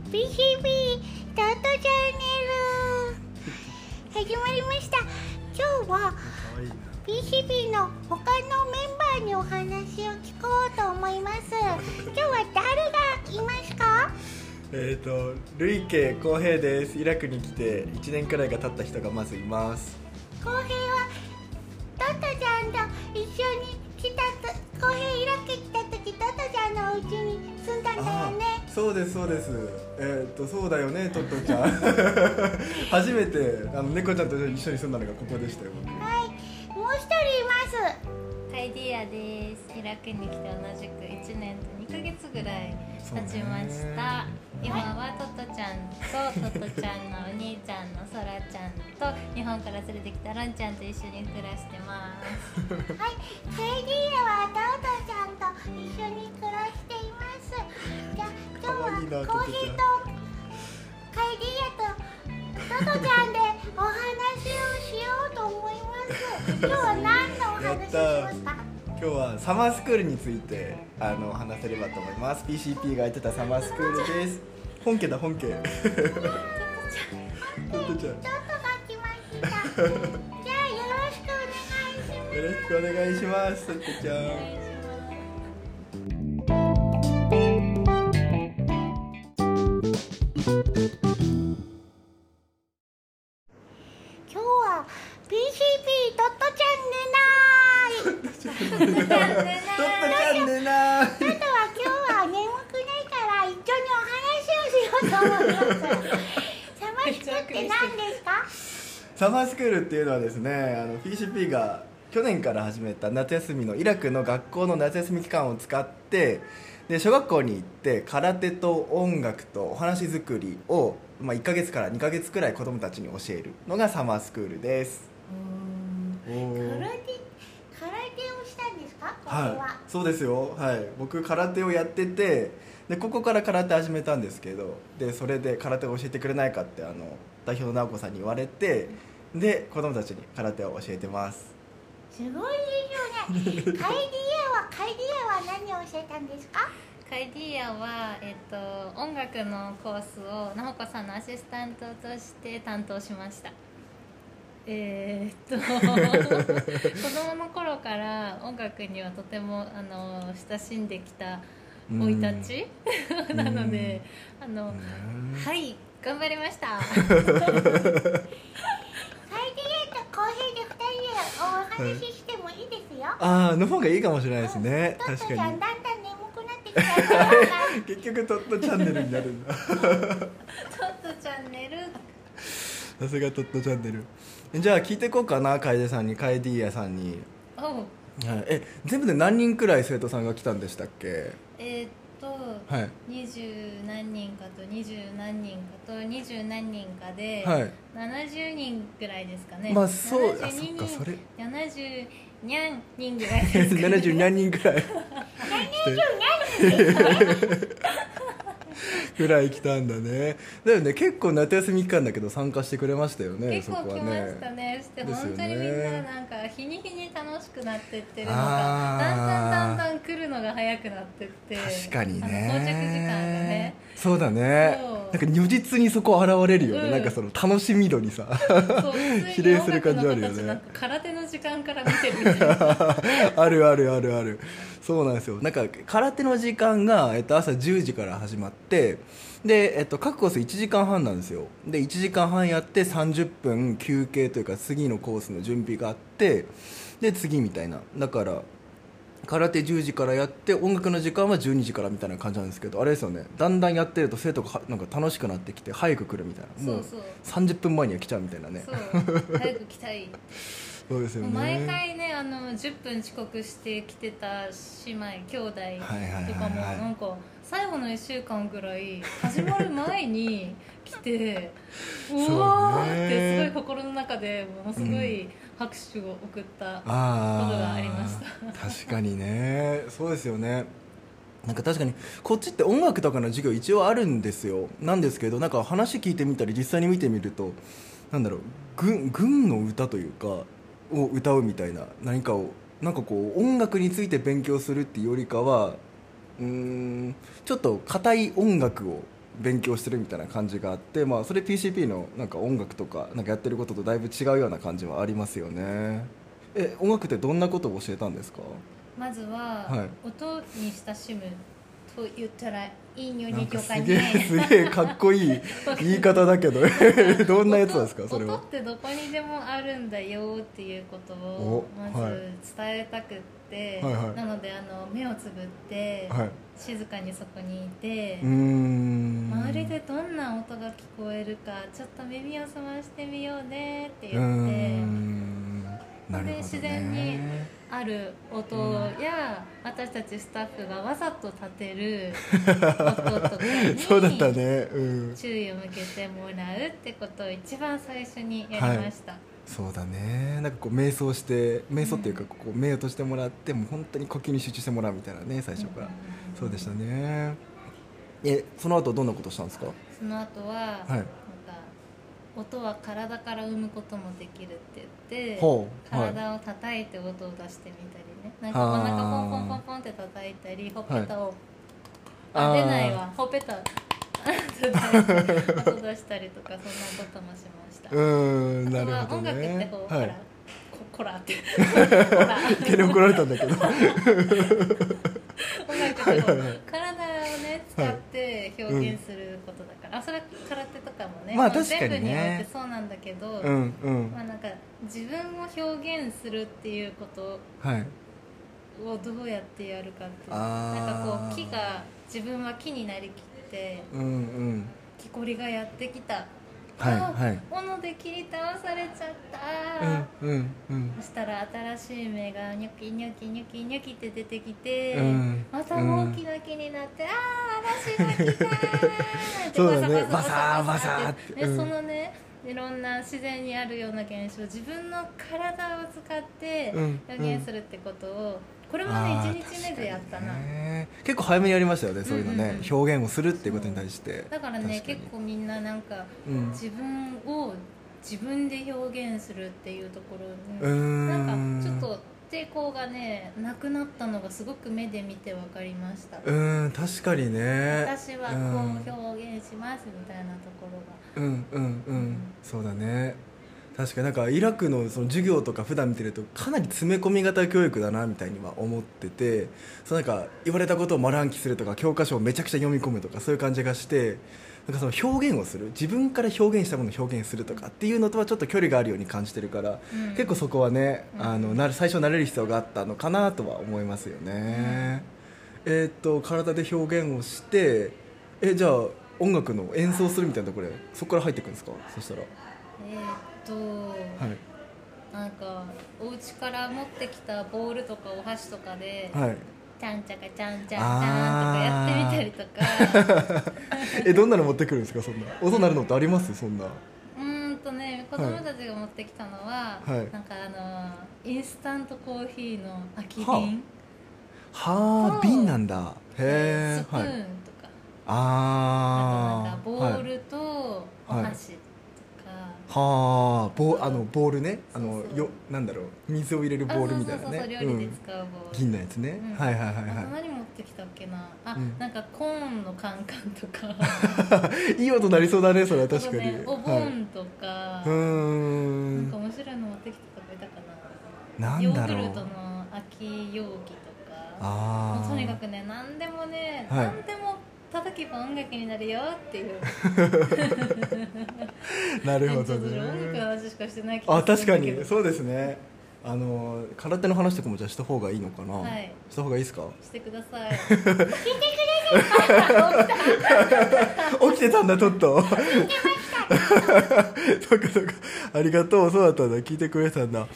TV ダートチャンネル始まりました今日は可愛いな。 BCB の他のメンバーにお話を聞こうと思います今日は誰がいますかえっ、と、累計公平です。イラクに来て一年くらいが経った人がまずいます。浩平はトトちゃんと一緒に来たと浩平イラク来た時トトちゃんのお家に住んだんだよねあーそうですそうです。えっ、とそうだよね、トットち ゃん。初めてあの猫ちゃんと一緒に住んだのがここでしたよ。はいもう一人いますタイディアですイラクに来て同じく1年と2ヶ月ぐらい経ちました、今はトットちゃんとトットちゃんのお兄ちゃんのソラちゃんと日本から連れてきたロンちゃんと一緒に暮らしてますはい、ヘイリーはダウダちゃんと一緒に暮らしています。じゃあ今日はコーヒーとカイリーヤとトトちゃんでお話をしようと思います。今日は何のお話をしますか？今日はサマースクールについてあの話せればと思います。PCP がやってたサマースクールです。本家だ本家。トットちゃん。トトが来ました。じゃあよろしくお願いします。よろしくお願いします、トットちゃん。今日は PCP トトちゃん寝ない。トットちゃん寝なーい。あとは今日は眠くないから一緒にお話をしようと思います。サマスクって何ですか？サマースクールっていうのはですねあの PCP が去年から始めた夏休みのイラクの学校の夏休み期間を使ってで小学校に行って空手と音楽とお話作りを、まあ、1ヶ月から2ヶ月くらい子どもたちに教えるのがサマースクールです空手空手をしたんですか？これはは。い、そうですよ、はい、僕空手をやっててでここから空手始めたんですけどでそれで空手を教えてくれないかってあの代表の直子さんに言われてで子供たちに空手を教えてますすごいですよね。 カイディアはカイディアは何を教えたんですか？カイディアは、えっと、音楽のコースをなほこさんのアシスタントとして担当しましたえ ー、っと子供の頃から音楽にはとてもあの親しんできた生い立ち なのであのはい頑張りましカたイディアとコーヒーで二人でお話ししてもいいですよ。ああの方がいいかもしれないですね、トト確ちゃかんにだんだん眠くなってきたから。結局トットチャンネルになるんだちょっとチャン ネル さすがトットチャンネルじゃあ聞いていこうかな楓さんに楓ディーヤさんに、をはい、え全部で何人くらい生徒さんが来たんでしたっけえー、っとはい二十何人かと二十何人かと二十何人かで、はい七十人ぐらいですかね。まあそうあ72そっかそれ人、七十にゃん人ぐら いですかね。 70何人くらいぐらい来たんだねだよね結構夏休み期間だけど参加してくれましたよね結構そこ来はまねしたね。してですよ本当にみんねななんか日に日に楽しくなってってるのが、あーだんだんだんだん来るのが早くなってって、確かにねあの到着時間がね。そうだねそうなんか如実にそこ現れるよね、うんなんかその楽しみ度にさそう 比例する感じあるよね普通に音楽の子たちなんか空手の時間から見てるみたい な。あるあ るあるあるそうなんですよなんか空手の時間が、えっと、朝10時から始まってで、えっと、各コース1時間半なんですよで1時間半やって30分休憩というか次のコースの準備があってで次みたいなだから空手10時からやって音楽の時間は12時からみたいな感じなんですけどあれですよねだんだんやってると生徒がはなんか楽しくなってきて早く来るみたいなもうそうそ30分前には来ちゃうみたいなねそう早く来たい。そうですよもねう毎回ねあの10分遅刻してきてた姉妹兄弟とかはもいはいはいなんか最後の1週間ぐらい始まる 前に来てうわーってすごい心の中でものすごい拍手を送った、あことがありました 確かにねそうですよねなんか確かにこっちって音楽とかの授業一応あるんですよなんですけどなんか話聞いてみたり実際に見てみるとなんだろう軍軍の歌というかを歌うみたいな何かをなんかこう音楽について勉強するっていうよりかはうーんちょっと硬い音楽を勉強してるみたいな感じがあって、まあ、それ PCP のなんか音楽とかなんかやってることとだいぶ違うような感じはありますよねえ音楽ってどんなことを教えたんですかまずははい音に親しむと言ったらいい匂いなんにか業す界げにえすげえかっこ いい言い方だけど どんなやつなんですか音それ音はってどこにでもあるんだよっていうことおをまはいず伝えたくって、はいはいなのであの目をつぶって、はい静かにそこにいてうー、ん周りでどんな音が聞こえるかちょっと耳を澄ましてみようねってうー言って。んなるほど、ね、で自然にある音や、私たちスタッフがわざと立 てる音とか にそうだったねうん注意を向けてもらうってことを一番最初にやりました、そうだねなんかこう瞑想して瞑想っていうかこう目を閉じてもらってもう本当に呼吸に集中してもらうみたいなね最初から、そうでしたねえその後どんなことしたんですかその後は、いなんか音は体から生むこともできるって言ってほうはい体を叩いて音を出してみたりねなんかお腹ポンポンポンポンって叩いたりほっぺたを、あはい出ないわほっぺた 叩いて音出したりとかそんなこともしました、うーんなあとるはほど音楽ってねこう、 はほいらここらって ほら急に怒られたんだ けどはいはい音楽ってこう体をね使って表現することだから、あそれは空手とかもね、まあもう確かにね全部においてそうなんだけど、うんうんまあ、なんか自分を表現するっていうことはいをどうやってやるかってあーなんかこう木が自分は木になりきってうんうん木こりがやってきた、はいあはい斧で切り倒されちゃった、うんうんうんそしたら新しい芽がニョキニョキニョキニョキって出てきて、うんまた大きな木になって、ああー嵐が来たーっ てそうだねババササーバサーっってて、でうんそのねいろんな自然にあるような現象自分の体を使ってうん表現するってことを、これもねあー1日目でやったな、ね結構早めにやりましたよねそういうのね、うんうんうん表現をするっていうことに対してだからね確かに結構みんななんかうん自分を自分で表現するっていうところに、うーんなんかちょっと抵抗がねなくなったのがすごく目で見て分かりました、うーん確かにね私はこう表現しますみたいなところがうんうんうん、ううんん、そうだね確かになんかイラクのその授業とか普段見てるとかなり詰め込み型教育だなみたいには思っててそのなんか言われたことを丸暗記するとか教科書をめちゃくちゃ読み込むとかそういう感じがしてなんかその表現をする自分から表現したものを表現するとかっていうのとはちょっと距離があるように感じてるから、うん結構そこはねうんあのなる最初慣れる必要があったのかなとは思いますよね。えーっと体で表現をしてえじゃあ音楽の演奏するみたいなところでそこから入っていくんですかそしたらえーっと、はいなんかお家から持ってきたボールとかお箸とかで、はいちゃんちゃかちゃんちゃんちゃんとかやってみたりとかえどんなの持ってくるんですかそんな音鳴るのってありますそんなうーんとね子供たちが持ってきたのは、はいなんかあのインスタントコーヒーの空きは瓶はあそう瓶なんだへスえプはーいンとか、あとなんあかーボはいールとおはい箸とか、はあボあのボールねあのそうそうよなんだろう水を入れるボールみたいなあねそうそうそうう料理でん使うボール、銀のやつねうんはいはいはいあとは何持ってきたっけなあ、うんなんかコーンのカンカンとかいいい音鳴りそうだねそれはあと 確かにねおはい盆とか、うーなんかん面白いの持ってきたとかいたかななんだろヨーグうルトの空き容器とかあもあうとにかくね何でもね、はい何でも叩けば音楽になるよっ ていうなるほちどょっと音楽のね話しかしてない気あが確するんかだけどに そうですねあの空手の話とかもじゃあした方がいいのかな、はいした方がいいですかしてください起きてたんだちょっとそっかそっかありがとうそうだったんだ聞いてくれてたんだい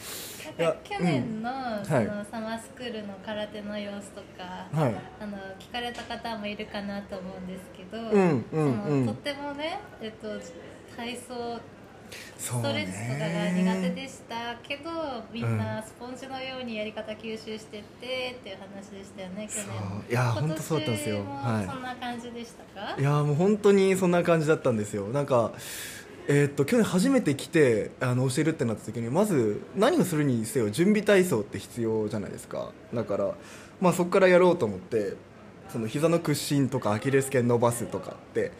なんやか去年の,、んそはのサマースクールの空手の様子とか、はいあの聞かれた方もいるかなと思うんですけど、うんうんうんそのとってもね、えっと、体操そスうトレッチとかが苦ね手でしたけど、みんなスポンジのようにやり方吸収してってっていう話でしたよね去そう年いや今本当そうだったんですよ年もはいそんな感じでしたか、いやーもう本当にそんな感じだったんですよなんかえーっと去年初めて来てあの教えるってなった時にまず何をするにせよ準備体操って必要じゃないですかだからまあそこからやろうと思ってその膝の屈伸とかアキレス腱伸ばすとかって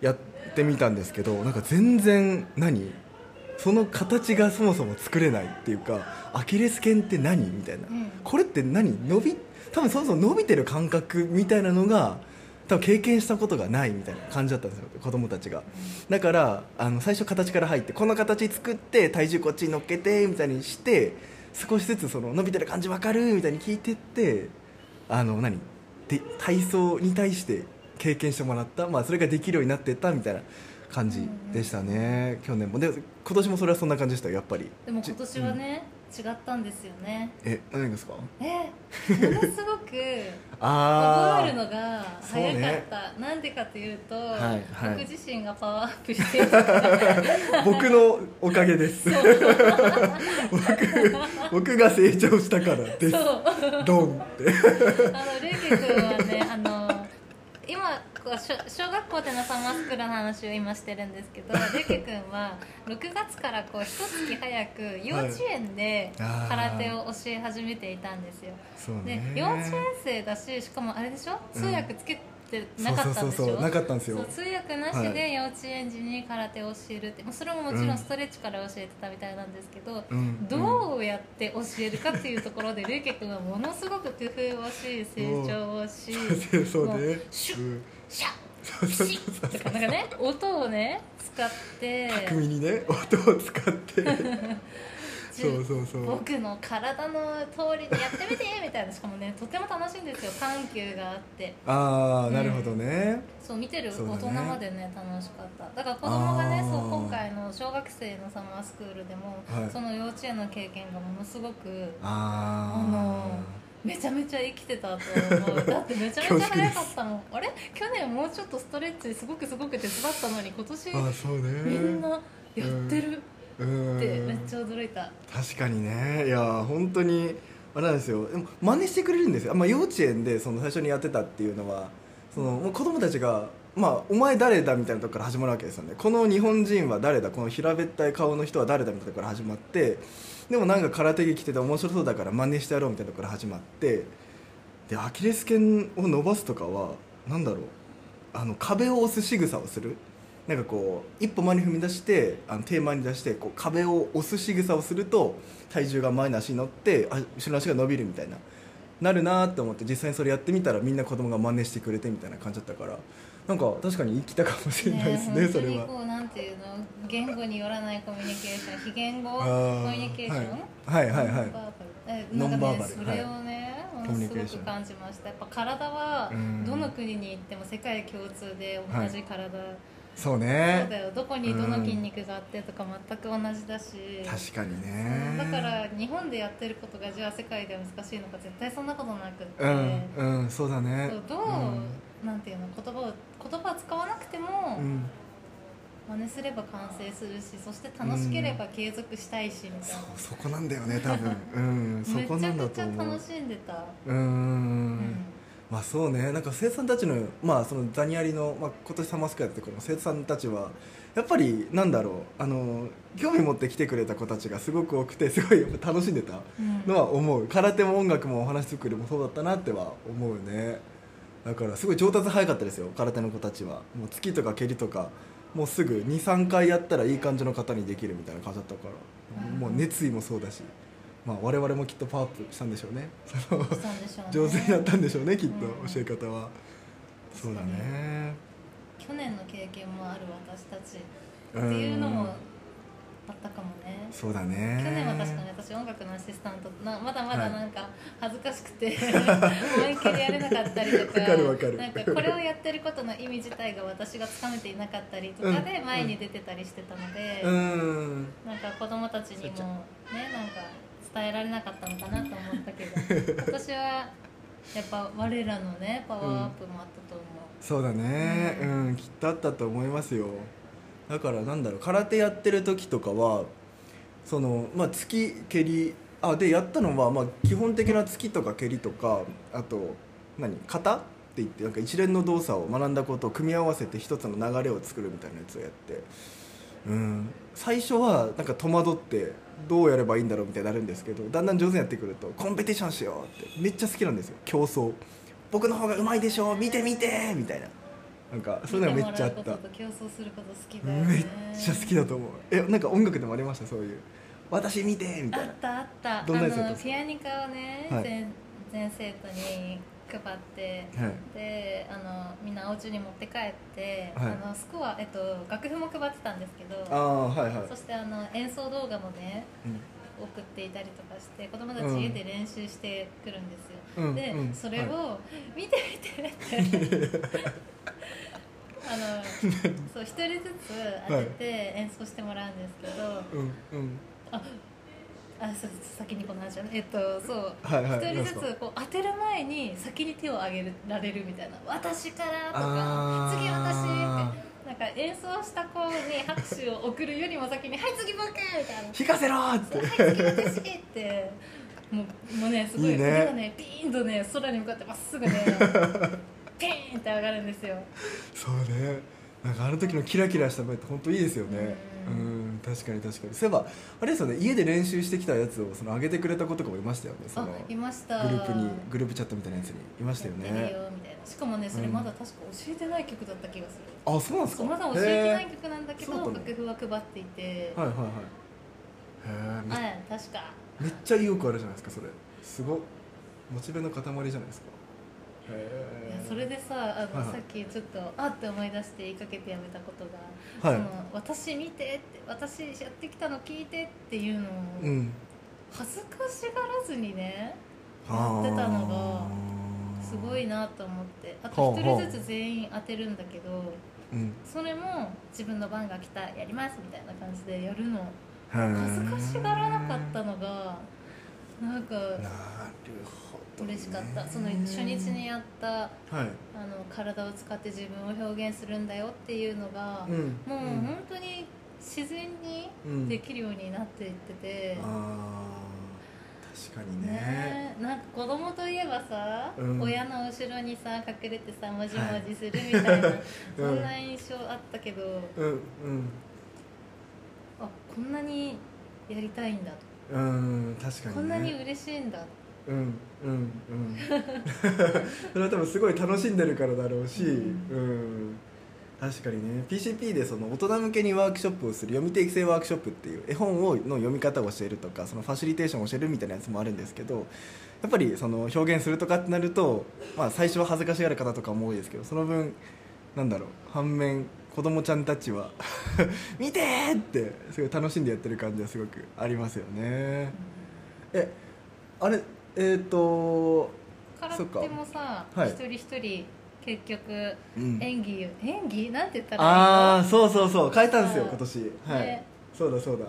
やってみたんですけどなんか全然何その形がそもそも作れないっていうかアキレス腱って何みたいな、うんこれって何伸び多分そもそも伸びてる感覚みたいなのが多分経験したことがないみたいな感じだったんですよ子供たちがだからあの最初形から入ってこの形作って体重こっちに乗っけてみたいにして少しずつその伸びてる感じ分かるみたいに聞いてってあの何で体操に対して経験してもらった、まあ、それができるようになってったみたいな感じでしたね、去年もで今年もそれはそんな感じでしたよやっぱりでも今年はね、違ったんですよねえ何がですか えものすごくあ覚あえるのが早かった、なんでかというと、はいはい僕自身がパワーアップしているから僕のおかげです僕僕が成長したからですそうドンって あのルイキ君はねあの今こう小小学校でのサマースクールの話を今してるんですけ どルイキ君は6月からこう一月早く幼稚園であー空手を教え始めていたんですよそうでね幼稚園生だししかもあれでしょ通訳つけてなかったんでしそうそうそうそうなょかったんですよそう通訳なしで幼稚園児に空手を教えるって、まあそれももちろうんんストレッチから教えてたみたいなんですけど、うんどうやって教えるかっていうところでルイケ君はものすごく工夫をし成長をしうんそうもねうシュッうんシャッシッとかなんかね音をね使って巧みにね音を使 ってじゅそうそうそう僕の体の通りでやってみてみたいなしかもねとても楽しいんですよ緩急があってああなるほどね、そう見てるそうだ大ね人までね楽しかっただから子供があーねそう今回の小学生のサマースクールでも、はいその幼稚園の経験がものすごくああのあめちゃめちゃ生きてたと 思うだってめちゃめちゃ早かったもんあれ去年もうちょっとストレッチすごくすごく手伝ったのに今年あーそうねみんなやってるうんってめっちゃ驚いた確かにねいや本当にあれなんですよでも真似してくれるんですよ、まあ、幼稚園でその最初にやってたっていうのはそのもう子供たちが「まあ、お前誰だ?」みたいなとこから始まるわけですよねこの日本人は誰だこの平べったい顔の人は誰だみたいなとこから始まってでもなんか空手着着てて面白そうだから真似してやろうみたいなとこから始まってでアキレス腱を伸ばすとかはなんだろうあの壁を押す仕草をするなんかこう一歩前に踏み出してあの手前に出してこう壁を押す仕草をすると体重が前の足に乗ってあ後ろの足が伸びるみたいななるなと思って実際にそれやってみたらみんな子供が真似してくれてみたいな感じだったからなんか確かに生きたかもしれないですねえそれ本当には。こうなんていうの言語によらないコミュニケーション非言語あコミーュニケーション、はい、はいはいはいはいノンバノンバーバルえなんかねーバルそれをね、いものコミュニすケごーシくョン感じましたやっぱ体はうんどの国に行っても世界共通で同じ体、そうそうだねよどこにどの筋肉があってとか全く同じだし、確かにうねんだから日本でやってることがじゃあ世界では難しいのか絶対そんなことなくって、うんうんそうだねそうどう、なんていうの言葉を言葉を使わなくても、うんうん真似すれば完成するしそして楽しければ継続したいしみたいそな、うそこなんだよね多分 うんそこめちなゃんだくとちゃ思う楽しんでた、うーんうんまあそうねなんか生徒さんたちの,、まあそのザニアリの、まあ、今年サマースクールやってこの生徒さんたちはやっぱりなんだろうあの興味持って来てくれた子たちがすごく多くてすごいやっぱ楽しんでたうんのは思う空手も音楽もお話作りもそうだったなっては思うねだからすごい上達早かったですよ空手の子たちはもう突きとか蹴りとかもうすぐ23回やったらいい感じの方にできるみたいな感じだったからもう熱意もそうだし、まあ、我々もきっとパワーアップしたんでしょうねそのしたんでしょうね上手になったんでしょうねきっとうん教え方はそうだね去年の経験もある私たちってうんいうのもあったかもねそうだね去年は確かに私音楽のアシスタントなまだまはだいなんか恥ずかしく て思いっきりやれなかったりとかわかるわかるなんかこれをやってることの意味自体が私がつかめていなかったりとかでうん前に出てたりしてたので、うんなんか子供たちにもねそうなんか伝えられなかったのかなと思ったけ ど私はやっぱ我らのねパワーアップもあったと思う、そうだねうん、きっとあったと思いますよだからなんだろう空手やってる時とかはそのまあ突き蹴りあでやったのはまあ基本的な突きとか蹴りとかあと何型って言ってなんか一連の動作を学んだことを組み合わせて一つの流れを作るみたいなやつをやってうん最初はなんか戸惑ってどうやればいいんだろうみたいになるんですけどだんだん上手になってくるとコンペティションしようってめっちゃ好きなんですよ競争僕の方がうまいでしょ見て見てみたいななんかそういうのがめっちゃあっ見てもらたうことと競争すること好きだよねめっちゃ好きだと思うえなんか音楽でもありましたそういう私見てみたあいっなたあったどんなやつだったあんのですかピアニカをね、はい全全生徒に配って、はいであのみんなお家に持って帰って、はいあのスコア、えっと、楽譜も配ってたんですけあどあはいはいそしてあの演奏動画もね送っていたりとかして子供たち家で練習してくるんですよ、うんうんで、うんそれはを「見て見て」って あのそう一人ずつ当てて演奏してもらうんですけど、いうんうんああそう先にこの話だねえっとそうはいはい一人ずなんすつこう当てる前に先に手を挙げられるみたいな「私から」とかあ「ー次私」ってなんか演奏した子に拍手を送るよりも先に「はい次僕!」みたいな弾かせろーっ「てはい次私!」ってもうもうねすごいいいね腕がねピーンとね空に向かってまっすぐねピーンって上がるんですよそうねなんかあの時のキラキラした目って本当いいですよねううんん確かに確かにそういえばあれですよね家で練習してきたやつをその上げてくれた子とかもいましたよねそあのグいルましたープにグループチャットみたいなやつにいましたよやってるねよみたいなしかもねそれまだ確か教えてない曲だった気がする、あそうなんですそかうまだ教えてないへ曲なんだけどそうなの楽譜は配っていてーはいはいはいへえめ,、はい確かめっちゃ意欲あるじゃないですかそれすごっモチベの塊じゃないですかいへやえそれでさあの、はいはいさっきちょっとあって思い出して言いかけてやめたことが、はいその私見てって私やってきたの聞いてっていうのをうん恥ずかしがらずにねあーやってたのすごいなと思ってあと一人ずつ全員当てるんだけどうんそれも自分の番が来たやりますみたいな感じでやるの恥ず恥かしがらなかったのがなんかなるほど、ね、嬉しかったその初日にやったはい、あの体を使って自分を表現するんだよっていうのが、んもううん本当に自然にうんできるようになっていってて、あー確かにねねえなんか子供といえばさ、うん親の後ろにさ隠れてさもじもじするみた いな、そんな印象あったけどうんあこんなにやりたいんだと、うんうん確かに、ね、こんなに嬉しいんだうんうんうん それは多分すごい楽しんでるからだろうし、ううん、確かにね PCP でその大人向けにワークショップをする読み手育成ワークショップっていう絵本をの読み方を教えるとかそのファシリテーションを教えるみたいなやつもあるんですけどやっぱりその表現するとかってなると、まあ、最初は恥ずかしがる方とかも多いですけどその分なんだろう反面子供ちゃんたちは 見てーってすごい楽しんでやってる感じはすごくありますよね。えあれえっ、と空そっか手もさ、はい一人一人結局うん演技、演技なんて言ったらいいのああそうそうそう変えたんですようん今年はい、ねそうだそうだ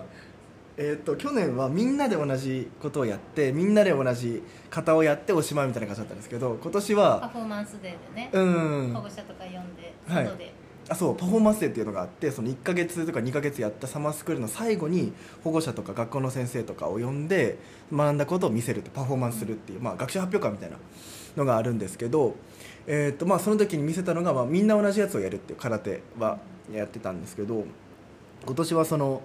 えっ、と去年はみんなで同じことをやってみんなで同じ型をやっておしまいみたいな感じだったんですけど今年パはフォーマンスデーでね、うん保護者とか呼んではい外で、あそうパフォーマンスデーっていうのがあってその1ヶ月とか2ヶ月やったサマースクールの最後に保護者とか学校の先生とかを呼んで学んだことを見せるとパフォーマンスするっていう、まあ、学習発表会みたいなのがあるんですけど、えーっとまあ、その時に見せたのが、まあ、みんな同じやつをやるっていう空手はやってたんですけど今年はその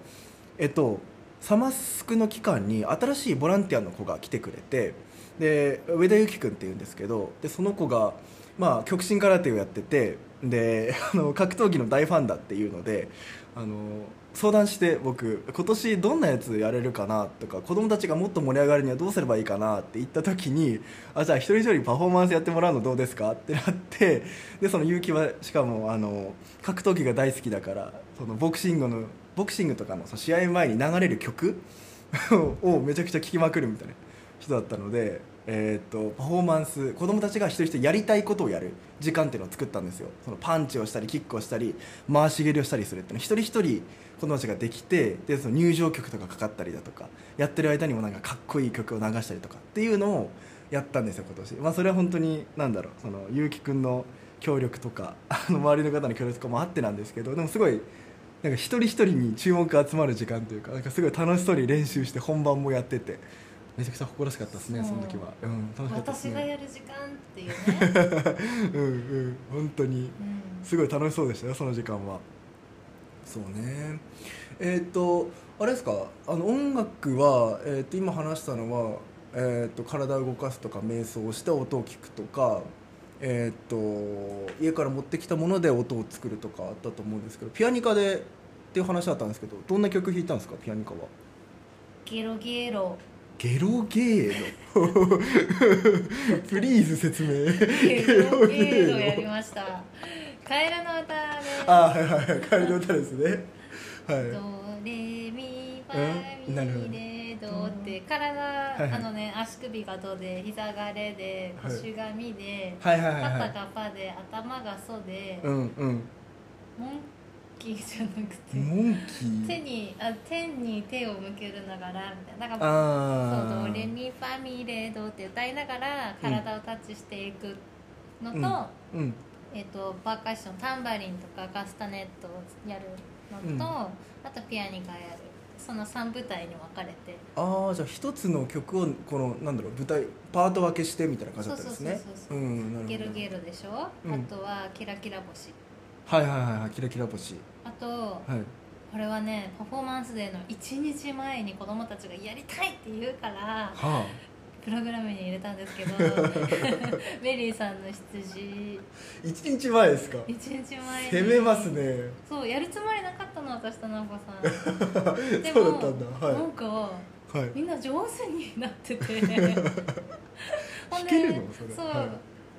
えっとサマスクの期間に新しいボランティアの子が来てくれてで上田由紀君っていうんですけどでその子が、まあ、極真空手をやっててであの格闘技の大ファンだっていうのであの相談して僕今年どんなやつやれるかなとか子供たちがもっと盛り上がるにはどうすればいいかなって言った時にあじゃあ一人一人パフォーマンスやってもらうのどうですかってなってでその結城はしかもあの格闘技が大好きだからそのボクシングのボクシングとかのその試合前に流れる曲をめちゃくちゃ聴きまくるみたいな人だったので、えー、とパフォーマンス子供たちが一人一人やりたいことをやる時間っていうのを作ったんですよそのパンチをしたりキックをしたり回し蹴りをしたりするっていうの一人一人子供たちができてでその入場曲とかかかったりだとかやってる間にもなんかかっこいい曲を流したりとかっていうのをやったんですよ今年、まあ、それは本当になんだろうその結城くんの協力とかあの周りの方の協力とかもあってなんですけどでもすごいなんか一人一人に注目が集まる時間というかなんかすごい楽しそうに練習して本番もやっててめちゃくちゃ誇らしかったですねそうその時は、うん、楽しかったです私がねやる時間っていう ね、うんうん本当にうんすごい楽しそうでしたよその時間はそうねえっ、とあれですかあの音楽は、えー、と今話したのは、えー、と体を動かすとか瞑想をして音を聞くとかえーっと家から持ってきたもので音を作るとかあったと思うんですけどピアニカでっていう話だったんですけどどんな曲弾いたんですかピアニカはゲロゲロゲロゲーノ プリーズ説明 ゲロゲロやりましたカエルの歌ですあはいはいはい帰りの歌ですねはいドレミフうんなァるほどミレドって体いはいあのね足首がドで膝がレではい腰がミではいはいはいは肩いがパで頭がソでうんうんモンキーじゃなくてモンキ手ーにあ天に手を向けるながらみたいななんかあそうドレーミファミレドって歌いながらうん体をタッチしていくのと、うんえっとパーカッションタンバリンとかカスタネットをやるのと、うんあとピアニカやるその3部隊に分かれてああじゃあ一つの曲をこのなんだろう舞台パート分けしてみたいな感じだったんですねそうそうそううそうんなるほどゲロゲロでしょ、うんあとはキラキラ星はいはいはいはいキラキラ星あとはいこれはねパフォーマンスデーの1日前に子供たちがやりたいって言うからはあプログラムに入れたんです けどメリーさんの羊一日前ですか1日前に攻めますねそうやるつもりなかったの私と南波さ んでそうだったんだはいなんかはいみんな上手になっ ててほん弾でけるのそれそう、は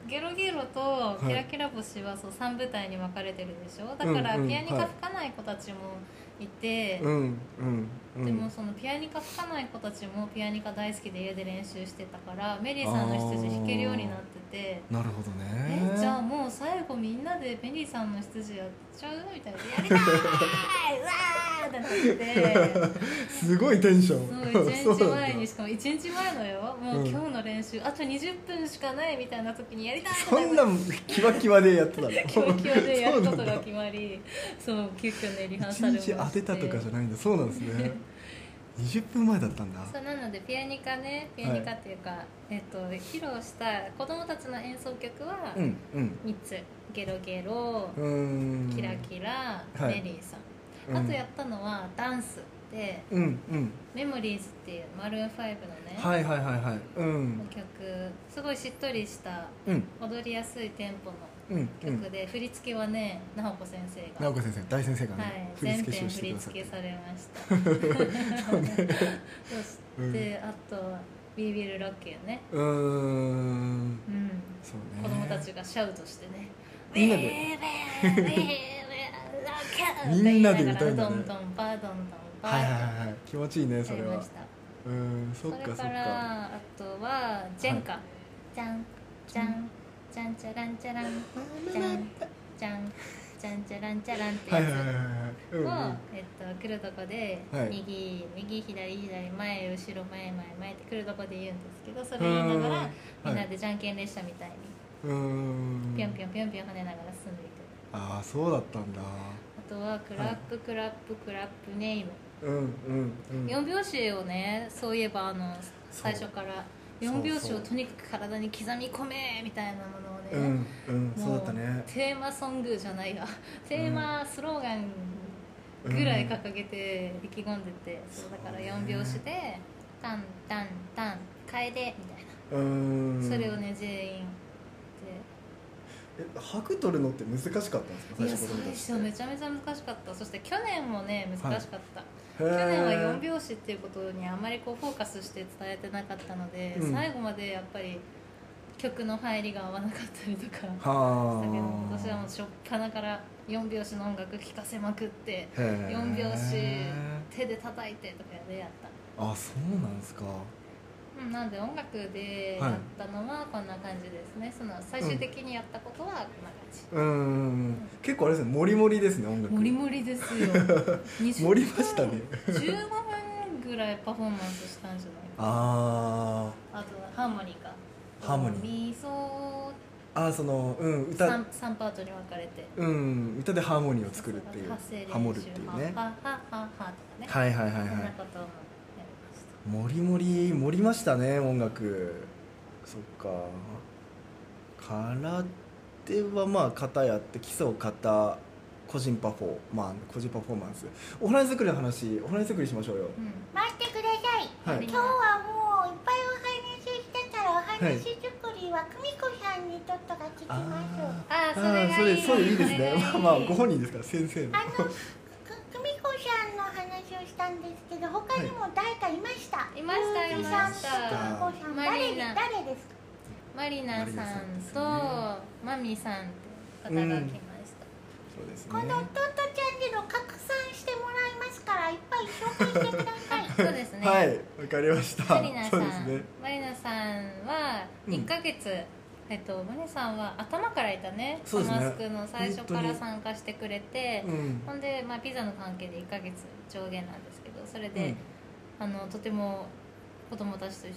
ゲロゲロとキラキラ星はそう3部隊に分かれてるでしょだからうんうんピアニカはい吹かない子たちもいて、うんうんうんでもそのピアニカ吹かない子たちもピアニカ大好きで家で練習してたからメリーさんの羊弾けるようになってて。なるほどねえじゃあもう最後みんなでメリーさんの羊やっちゃうみたいな「やり たいうわー!」ってなってて。すごいテンシそョンう 1そ日うなんだ前にしかも1日前のよもうんう今日の練習、あと20分しかないみたいな時にやりたいそんなキワキワでやってた の今日今日でやるこそとうながんだ決まりそう急遽ねリハー一サルも日当てたとかじゃゃないんだそうなんです ね20分前だったんだそうなのでピアニカねピアニカっていうか、えっと、披露した子供たちの演奏曲はうんうん3つ「ゲロゲロ」うーんキラキラ」はいメリーさん」うんあとやったのはダンスでうんうん「メモリーズ」っていうマルーン5のね、はいはいはいはいうんの曲すごいしっとりしたうん踊りやすいテンポのうんうん曲で、振り付けはね奈穂子先生が直子先生大先生がはねい、振り全付け編をし振てくりださっ付てけされましたそして、あと「We Will Rock You ね」うーんうん、そうね子供たちがシャウトしてね「みんな We で Will- We Will Rock You」みんなで歌うんだねって言いながらドンドンパードンドンパはいはいはーいはい気持ちいいねってそやりれまはしたうーんそそっかそれっかからあとはジェンカ、じゃんじゃんじゃんちゃらんちゃらんじゃんじゃんじゃんちゃらんちゃらんってはやいつはいはいはいを、うんうんえっと、来るとこで、はい右右左左前後ろ前前前って来るとこで言うんですけどそれ言いながうんはらいみんなでじゃんけん列車みたいにうーんぴょんぴょんぴょんぴょん跳ねながら進んでいくああそうだったんだあとはクラップクラップクラップネイムうんうんうん4拍子をねそういえばあの最初からそう4拍子そうをとにかく体に刻み込めみたいなものをね、うんうんもそうだったねテーマソングじゃないがテーマスローガンぐらい掲げて意気込んでて、そうだから4拍子で「タンタンタン楓」みたいな、うーんそれをね全員え拍取るのって難しかったんですかで最いや初子最供たち初めちゃめちゃ難しかったそして去年もね難しかった、去去年は4拍子っていうことにあまりこうフォーカスして伝えてなかったので、うん最後までやっぱり曲の入りが合わなかったりとかしたはあけど私はもう初っ端から4拍子の音楽聴かせまくってへー4拍子手で叩いてとかでやった、あそうなんですかうん、なので音楽でやったのはこんな感じですねその最終的にやったことはこんな感じ、うーん結構あれですねモリモリですね音楽モリモリです よ20盛りましたね15分ぐらいパフォーマンスしたんじゃないかなああとハーモニーかハーモニーミソーあーそのうん歌三三パートに分かれてうん歌でハーモニーを作るっていうハモるっていうねハははははとかねいはいはいはいはそんないこともやりました盛り盛り盛りましたね音楽そっか空手はまあ型やって基礎型個人パフォーまあ個人パフォーマンスお花作りの話お花作りしましょうようん待ってくださいはい今日はもういっぱいお話ししたからお話作りは久美子さんんにとっとが聞きますああーそーれあーがそいれいそれいいですねそれがいいまあまあご本人ですから先生のあの、く久美子さんの話をしたんですけど、他にも誰かいました。いましたゆうきいさまんしたと久美子さん、マ誰リでーナ誰ですか。マリナさマんリナさんですとねマミさんって方が来ました、そうですねこのトットチャンネルを拡散してもらいますから、いっぱい紹介してください。そうですね、はいわかりましたマリナさそん、うですねマリナさんはうん1ヶ月、えっとマリナさんは頭からいたね、そうですねサマスクの最初か本当らに参加してくれて、うんほんでまあピザの関係で1ヶ月上限なんですけど、それうでん、あのとても子供たちと一緒に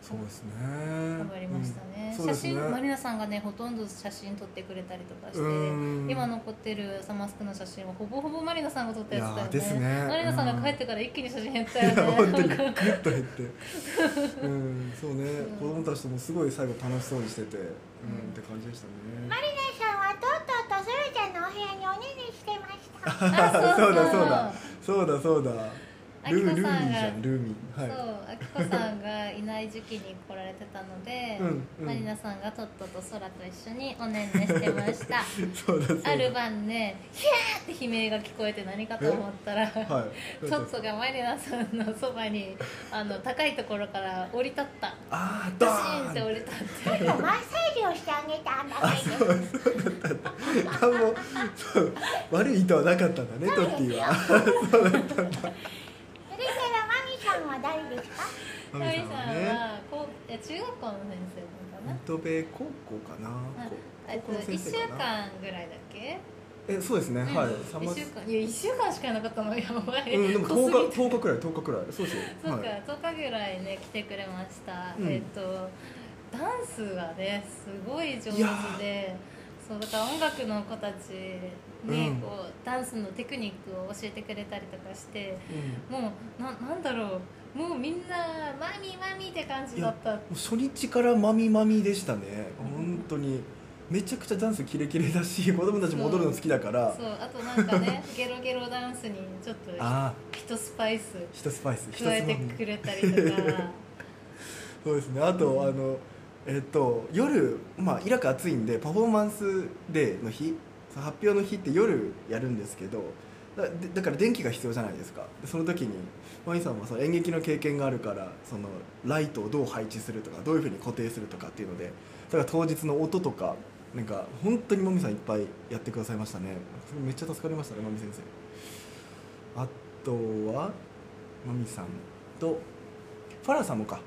そうですね頑張りましたうね。んそう写ですね真マリナさんがねほとんど写真撮ってくれたりとかして。うん今残ってるサマスクの写真はほぼほぼマリナさんが撮ったやついだよねやーですねマリナさんが帰ってから一気に写真減ったいよやね本当にグッと減って、うん、そうね、ん子供たちともすごい最後楽しそうにしてて、うん、って感じでしたマね。リナさんはトットとソラちゃんのお部屋におねねしてました。 あそうそそううだそうだ、そうだそうだ。あきルこーさルーんミーじがゃん、ルーミそー。うはあきこさんがいない時期に来られてたので、うんうんマリナさんがトットと空と一緒におねんねしてましたい。そうだそうだ。ある晩ねヒャーって悲鳴が聞こえて何かと思ったら、はい。トットがマリナさんのそばにあの高いところから降り立ったあー、ドドシーンってーン。降り立ってちょっとマッサージをしてあげたんだけど。あもうそう悪い意図はなかったんだね、トッティは。それからマミさんは誰ですか。ママミリささんんはね。はこういや中学校の先生なのかなドベ高校かな。あえっ高校との先1週生かな。間ぐらいだっけえ、そうですね、はい。サマ1ス週間いや1週間しかなかったのやばい、うん、でも濃す10ぎて日、10日くらい、10日くらい。そうですよ。そうか、はい10日ぐらいね来てくれました、うんえっ、とダンスがねすごい上手いやでそうだから音楽の子たちにうんこう、ダンスのテクニックを教えてくれたりとかしてうんもうななんだろうもうみんな「マミマミ」って感じだったもう初日からまみまみでしたね本当にめちゃくちゃダンスキレキレだし子供たちも踊るの好きだからそうあとなんかね ゲロゲロダンスにちょっとああ一スパイスひとスパイスひとスパ加えイてくれたりとかそうですねあと、あのえっと夜まあイラク暑いんでパフォーマンスデーの日その発表の日って夜やるんですけどだでだから電気が必要じゃないですかでその時にマミさんはその演劇の経験があるからそのライトをどう配置するとかどういうふうに固定するとかっていうのでだから当日の音とかなんか本当にマミさんいっぱいやってくださいましたねそれめっちゃ助かりましたねマミ先生あとはマミさんとファラーさんもか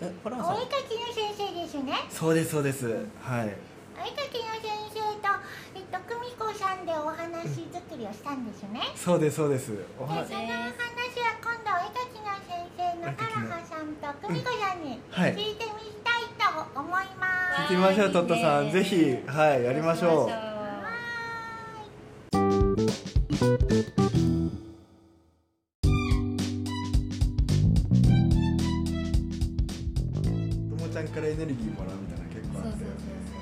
えファラーさおん絵かきの先生ですね。そうですそうですはいお絵かきの先生と、えっと、久美子さんでお話作りをしたんですね。そうですそうですおで、そのおは話は今度お絵かきの先生のカラハさんと久美子さんにはい聞いてみたいと思います。聞きましょうトットさんぜひはい やりましょうはーいともちゃんからエネルギーもらうみたいな結構あそうそうそ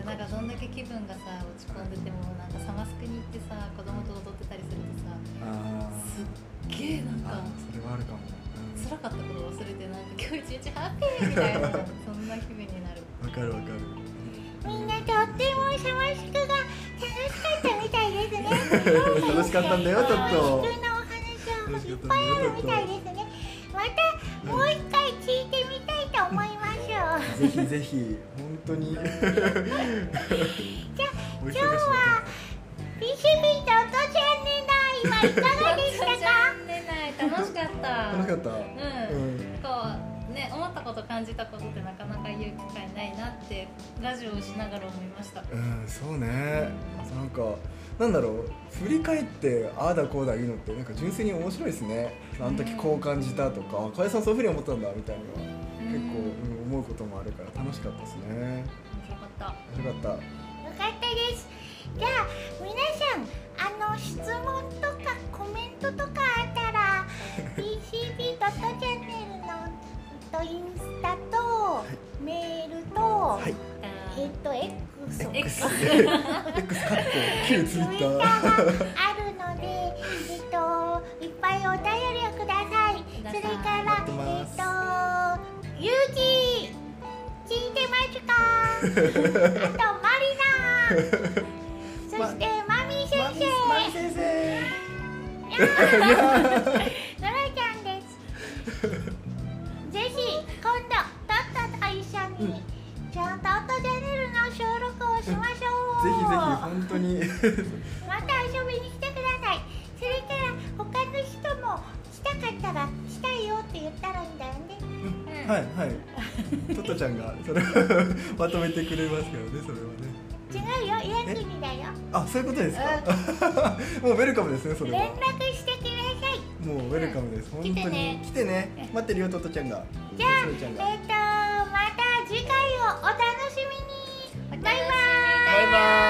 ってうそうそうなんかどんだけ気分がさ落ち込んでてもなんかサマスクに行ってさ子供と踊ってたりするとさあすっげえなんーあかそれはあるかも、うん辛かったこと忘れてなんか今日一日ハッピーみたい なそんな気分になるわかるわかる。みんなとってもサマスクが楽しかったみたいですね。 楽しかったんだよ、ちょっとサマス。クのお話をいっぱいあるみたいですね。またもう一回聞いてみたいと思います。ぜひぜひ、本当 に。じゃあお忙今しい日は PCB と音チャンネルの今いかがでした か？ない楽しかった楽しかった。ううんんこうね思ったこと感じたことってなかなか言う機会ないなってラジオをしながら思いましたうん、そうね。なんか、なんだろう。振り返って、ああだこうだ言うのって、なんか純粋に面白いですね。あの時こう感じたとか、あ加谷さんそういうふうに思ったんだみたいなのは。結構、うんうん、思うこともあるから、楽しかったですね。面白かったよかった。よかったです。じゃあ皆さんあの質問とかコメントとかあったら BCB ドットチャンネルのとインスタと、メールと、はい。えっと X エク X スカッコ、旧ツイツイッッタターーが。あるので、えっと、いっぱいお便りをください。それから、待ってまえすっと、ゆうき、聞いてます あとマリナそしてマミ先生マミ先生ノラちゃんですぜひ今度タッ タと一緒にちゃんとアウトチャンネルの収録をしましょうぜひぜひ本当にまた遊びに来てくださいそれから他の人もしたかったらしたいよって言ったらいいんだよねうんはいはいトットちゃんがそれを まとめてくれますからねそれはね違うよ家国だよあそういうことですか もうウェルカムですねそれは連絡してくださいもうウェルカムです本当に来てね来てね待ってるよトットちゃんがじゃあトットちゃんがえっ、とまた次回をお楽しみにバイバイバイバイバイ